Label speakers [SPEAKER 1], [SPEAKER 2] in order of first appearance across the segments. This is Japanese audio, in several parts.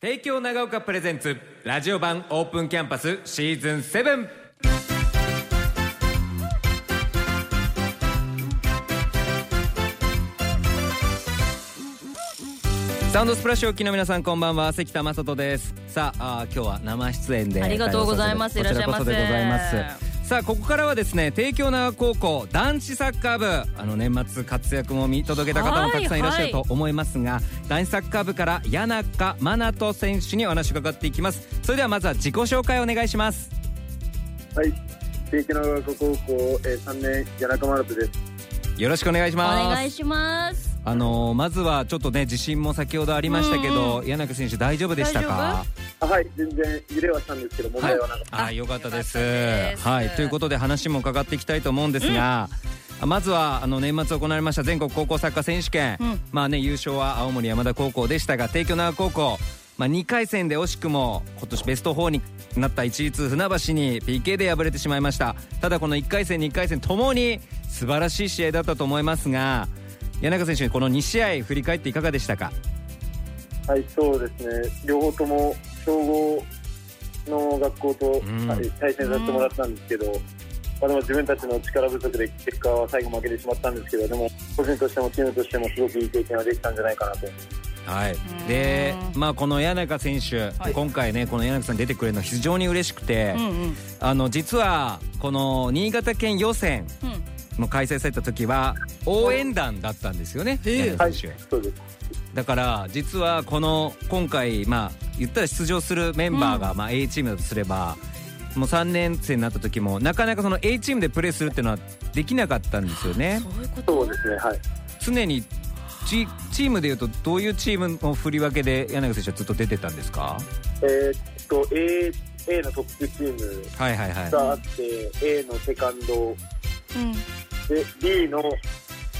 [SPEAKER 1] 帝京長岡プレゼンツラジオ版オープンキャンパスシーズン7サウンドスプラッシュをお聞きの皆さんこんばんは関田正人ですさああー今日は生出演で
[SPEAKER 2] ありがとうございます
[SPEAKER 1] 対応させてこちらこそで
[SPEAKER 2] いらっ
[SPEAKER 1] ご
[SPEAKER 2] しゃ
[SPEAKER 1] ざい
[SPEAKER 2] い
[SPEAKER 1] ま
[SPEAKER 2] ますせ
[SPEAKER 1] さあここからはですね帝京長岡高校男子サッカー部あの年末活躍も見届けた方もたくさんいらっしゃると思いますが、男子サッカー部から谷中真人選手にお話を伺っていきますそれではまずは自己紹介お願いします
[SPEAKER 3] はい、帝京長岡高校、えー、3年谷中マルトです。
[SPEAKER 1] よろしくお願いし
[SPEAKER 2] お
[SPEAKER 1] ます
[SPEAKER 2] 願いします
[SPEAKER 1] あのーまずはちょっとね自信も先ほどありましたけど、谷中選手大丈夫でしたか
[SPEAKER 3] あはい、全然揺れはしたんですけど問題はなかっ
[SPEAKER 1] あ
[SPEAKER 2] あ
[SPEAKER 1] よかったです
[SPEAKER 2] よかったです
[SPEAKER 1] はいということで話も伺っていきたいと思うんですが、まずはあの年末行われました全国高校サッカー選手権、
[SPEAKER 2] うん
[SPEAKER 1] まあね優勝は青森山田高校でしたが帝京長岡高校まあ2回戦で惜しくも今年ベスト4になった市立船橋に PK で敗れてしまいましたただこの1回戦2回戦ともに素晴らしい試合だったと思いますが谷中選手この2試合振り返っていかがでしたか
[SPEAKER 3] た。はい、そうですね。両方とも強豪の学校と、
[SPEAKER 1] ん
[SPEAKER 3] はい対戦させてもらったんですけど、まあでも自分たちの力不足で結果は最後負けてしまったんですけど、でも個人としてもチームとしてもすごくいい経験はできたんじゃないかなと。
[SPEAKER 1] はい、で、まあ、この柳中選手、
[SPEAKER 2] はい
[SPEAKER 1] 今回ねこの柳中さん出てくれるの非常に嬉しくて、
[SPEAKER 2] うんうん
[SPEAKER 1] あの実はこの新潟県予選
[SPEAKER 2] うん
[SPEAKER 1] の開催された時は応援団だったんですよね、柳中選手、
[SPEAKER 3] そうです。
[SPEAKER 1] だから実はこの今回まあ言ったら出場するメンバーが、まあ、A チームだとすればもう3年生になった時もなかなかその A チームでプレーするっていうのはできなかったんですよね
[SPEAKER 2] そういうこと
[SPEAKER 3] そうですね。はい。
[SPEAKER 1] 常にチチームでいうとどういうチームの振り分けで柳中選手はずっと出てたんですか
[SPEAKER 3] えーっと A A のトップチーム
[SPEAKER 1] はいはいはい
[SPEAKER 3] があって、A のセカンド
[SPEAKER 2] うん
[SPEAKER 3] で B の、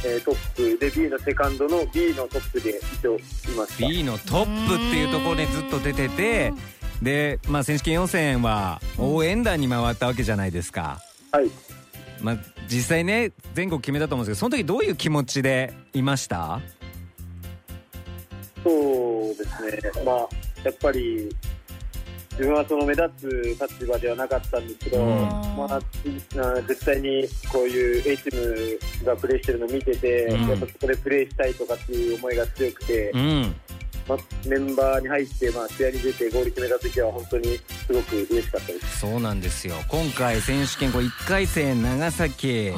[SPEAKER 3] えートップで B のセカンドの B のトップで一応いました
[SPEAKER 1] B のトップっていうところでずっと出ててで、まあ、選手権予選は応援団に回ったわけじゃないですか、
[SPEAKER 3] はい
[SPEAKER 1] まあ、実際ね全国決めたと思うんですけどその時どういう気持ちでいました
[SPEAKER 3] そうですねまあやっぱり自分はその目立つ立場ではなかったんですけど、
[SPEAKER 1] うん
[SPEAKER 3] まあ、うん絶対にこういう A チームがプレーしてるのを見てて、
[SPEAKER 1] うん
[SPEAKER 3] やっぱそこでプレーしたいとかっていう思いが強くて、
[SPEAKER 1] うん
[SPEAKER 3] まあ、メンバーに入って、まあ、試合に出てゴール決めた時は本当にすごく嬉しかったです。
[SPEAKER 1] そうなんですよ今回選手権こう1回戦長崎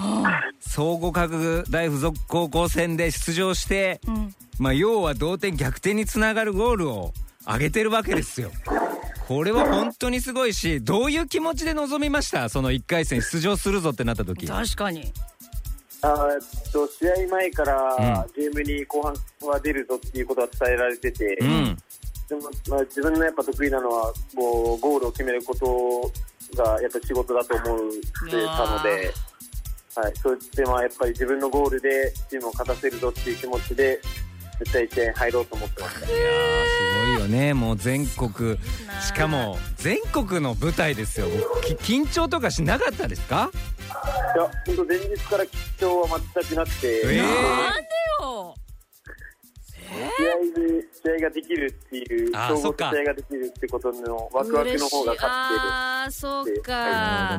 [SPEAKER 1] 総合科学大附属高校戦で出場して、
[SPEAKER 2] うん
[SPEAKER 1] まあ、要は同点逆転につながるゴールを上げてるわけですよ。これは本当にすごいしどういう気持ちで臨みましたその1回戦出場するぞってなった時
[SPEAKER 2] 確かに
[SPEAKER 3] あーえっと試合前からゲームに後半は出るぞっていうことは伝えられてて、
[SPEAKER 1] うん
[SPEAKER 3] でもまあ、自分のやっぱ得意なのはこうゴールを決めることがやっぱ仕事だと思ってたので、はい、そしてまあやっぱり自分のゴールでチームを勝たせるぞっていう気持ちで絶対試合に入ろうと思ってました。
[SPEAKER 1] いやーすごいよねもう全国しかも全国の舞台ですよもうき緊張とかしなかったですか
[SPEAKER 3] いや本当前日から緊張は全くなくて、
[SPEAKER 1] えー
[SPEAKER 2] なんでよ
[SPEAKER 3] 試合で試合ができるっていう
[SPEAKER 1] あー
[SPEAKER 3] 総合
[SPEAKER 1] そっ
[SPEAKER 3] と
[SPEAKER 1] か
[SPEAKER 3] 試合ができるってことのワクワクの方が勝って
[SPEAKER 2] 嬉しいあーそう
[SPEAKER 1] なるほ
[SPEAKER 2] か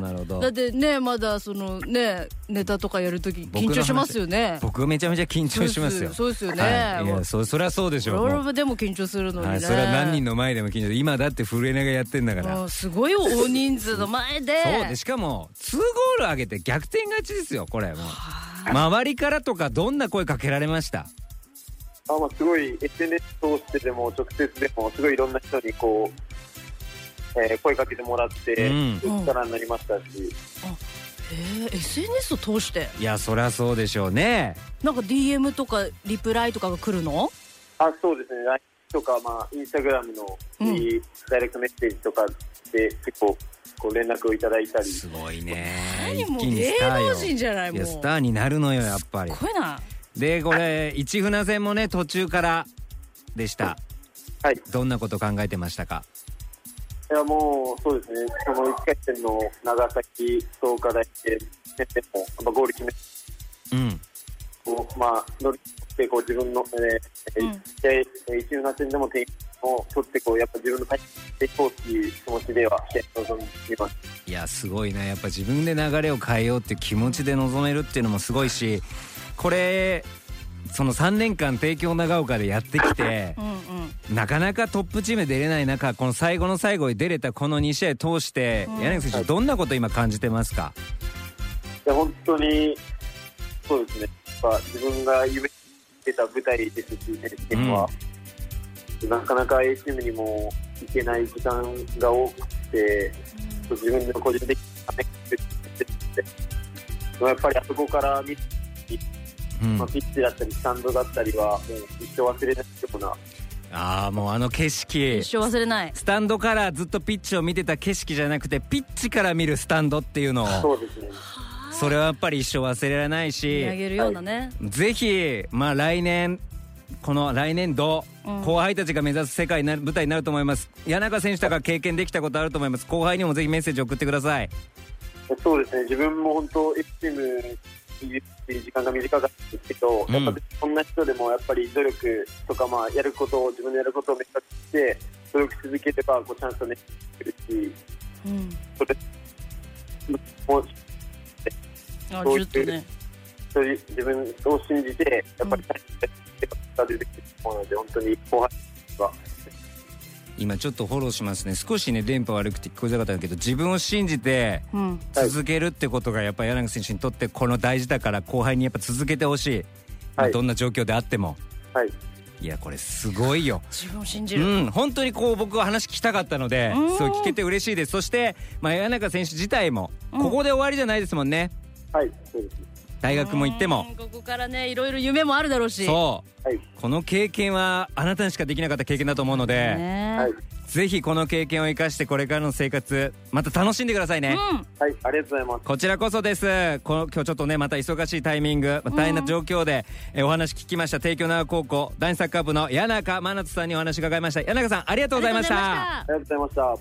[SPEAKER 1] どなるほど
[SPEAKER 2] だってねまだそのねネタとかやるとき
[SPEAKER 1] 僕の
[SPEAKER 2] 緊張しますよね
[SPEAKER 1] 僕めちゃめちゃ緊張しますよ
[SPEAKER 2] そうですよね
[SPEAKER 1] はい、いやそそれはそうでしょう
[SPEAKER 2] 俺
[SPEAKER 1] もう
[SPEAKER 2] もでも緊張するのに
[SPEAKER 1] は
[SPEAKER 2] ね
[SPEAKER 1] い、それは何人の前でも緊張今だって震えながらやってんだから
[SPEAKER 2] あーすごい大人数の前で
[SPEAKER 1] そうでしかも2ゴール上げて逆転勝ちですよこれもう周りからとかどんな声かけられました
[SPEAKER 3] あまあ、すごい SNS 通してでも直接でもすごいいろんな人にこう、えー声かけてもらって、
[SPEAKER 1] うん
[SPEAKER 3] 力になりましたし、
[SPEAKER 2] えー SNS を通して
[SPEAKER 1] いやそりゃそうでしょうね
[SPEAKER 2] なんか DM とかリプライとかが来るの
[SPEAKER 3] あそうですね LINE とか、まあ、インスタグラムの、
[SPEAKER 2] うん
[SPEAKER 3] ダイレクトメッセージとかで結構こう連絡をいただいたり
[SPEAKER 1] すごいね
[SPEAKER 2] 何
[SPEAKER 1] 一
[SPEAKER 2] もう
[SPEAKER 1] 気にスター
[SPEAKER 2] 芸
[SPEAKER 1] よ
[SPEAKER 2] 能人じゃないも
[SPEAKER 1] いうやスターになるのよやっぱり
[SPEAKER 2] すっごいな
[SPEAKER 1] でこれ一船戦もね途中からでした
[SPEAKER 3] はい
[SPEAKER 1] どんなこと考えてましたか
[SPEAKER 3] いやもうそうですねその1回戦の長崎創価大で先生もやっぱゴール決め
[SPEAKER 1] うん
[SPEAKER 3] こうまあ乗り切ってこう自分の、えー
[SPEAKER 2] うん
[SPEAKER 3] 試合えー一流な点でも点を取ってこうやっぱ自分のタイプでいこうっていう気持ちでは試合に臨んでいます。
[SPEAKER 1] いやすごいなやっぱ自分で流れを変えようっていう気持ちで臨めるっていうのもすごいしこれその3年間帝京長岡でやってきて
[SPEAKER 2] うんうん
[SPEAKER 1] なかなかトップチーム出れない中この最後の最後に出れたこの2試合通して
[SPEAKER 2] うん
[SPEAKER 1] 柳選手どんなこと今感じてますか
[SPEAKER 3] いや本当にそうですね。やっぱ自分が夢見てた舞台ですし、ね、っていうのは、なかなか A チームにも行けない時間が多くて、自分の個人的なメッセでもやっぱりあそこから見
[SPEAKER 1] うん
[SPEAKER 3] まあ、ピッチだったりスタンドだったりはもう一生忘れないような
[SPEAKER 1] ああもうあの景色
[SPEAKER 2] 一生忘れない
[SPEAKER 1] スタンドからずっとピッチを見てた景色じゃなくてピッチから見るスタンドっていうのを
[SPEAKER 3] そうですね
[SPEAKER 1] それはやっぱり一生忘れられない
[SPEAKER 2] 見
[SPEAKER 1] し
[SPEAKER 2] 上げるようなね
[SPEAKER 1] ぜひ、まあ、来年この来年度、
[SPEAKER 2] うん
[SPEAKER 1] 後輩たちが目指す世界になる舞台になると思います谷中選手とか経験できたことあると思います後輩にもぜひメッセージ送ってください
[SPEAKER 3] そうですね自分も本当 F チームっていう時間が短かったですけど、
[SPEAKER 1] うん
[SPEAKER 3] やっぱそんな人でもやっぱり努力とかまあやることを自分のやることを目指して努力し続ければこうチャンスをねくるし
[SPEAKER 2] うん
[SPEAKER 3] それも
[SPEAKER 2] あ
[SPEAKER 3] そう
[SPEAKER 2] ず
[SPEAKER 3] いう
[SPEAKER 2] っとね
[SPEAKER 3] そういう自分を信じてやっぱり大切が出てくると思うので本当に後輩は
[SPEAKER 1] 今ちょっとフォローしますね少しね電波悪くて聞こえづらかったんだけど自分を信じて
[SPEAKER 2] うん
[SPEAKER 3] はい
[SPEAKER 1] 続けるってことがやっぱ柳選手にとってこの大事だから後輩にやっぱ続けてほしい、まあ
[SPEAKER 3] はい
[SPEAKER 1] どんな状況であっても
[SPEAKER 3] はい
[SPEAKER 1] いやこれすごいよ
[SPEAKER 2] 自分を信じ
[SPEAKER 1] う
[SPEAKER 2] る
[SPEAKER 1] ん、本当にこう僕は話聞きたかったので
[SPEAKER 2] うん
[SPEAKER 1] そう聞けて嬉しいですそして、まあ、柳中選手自体も
[SPEAKER 2] うん
[SPEAKER 1] ここで終わりじゃないですもんね、
[SPEAKER 3] はいそうですね
[SPEAKER 1] 大学も行っても
[SPEAKER 2] うんここからねいろいろ夢もあるだろうし
[SPEAKER 1] そ
[SPEAKER 3] はいう
[SPEAKER 1] この経験はあなたにしかできなかった経験だと思うので、
[SPEAKER 2] ね
[SPEAKER 3] はい
[SPEAKER 1] ぜひこの経験を生かしてこれからの生活また楽しんでくださいね、
[SPEAKER 2] うん
[SPEAKER 3] はいありがとうございます
[SPEAKER 1] こちらこそですこの今日ちょっとねまた忙しいタイミング、まあ、大変な状況で、えお話聞きました帝京長岡高校男子サッカー部の柳中真夏さんにお話伺いました柳中さんありがとうございました
[SPEAKER 2] ありがとうございました
[SPEAKER 3] ありがとうございました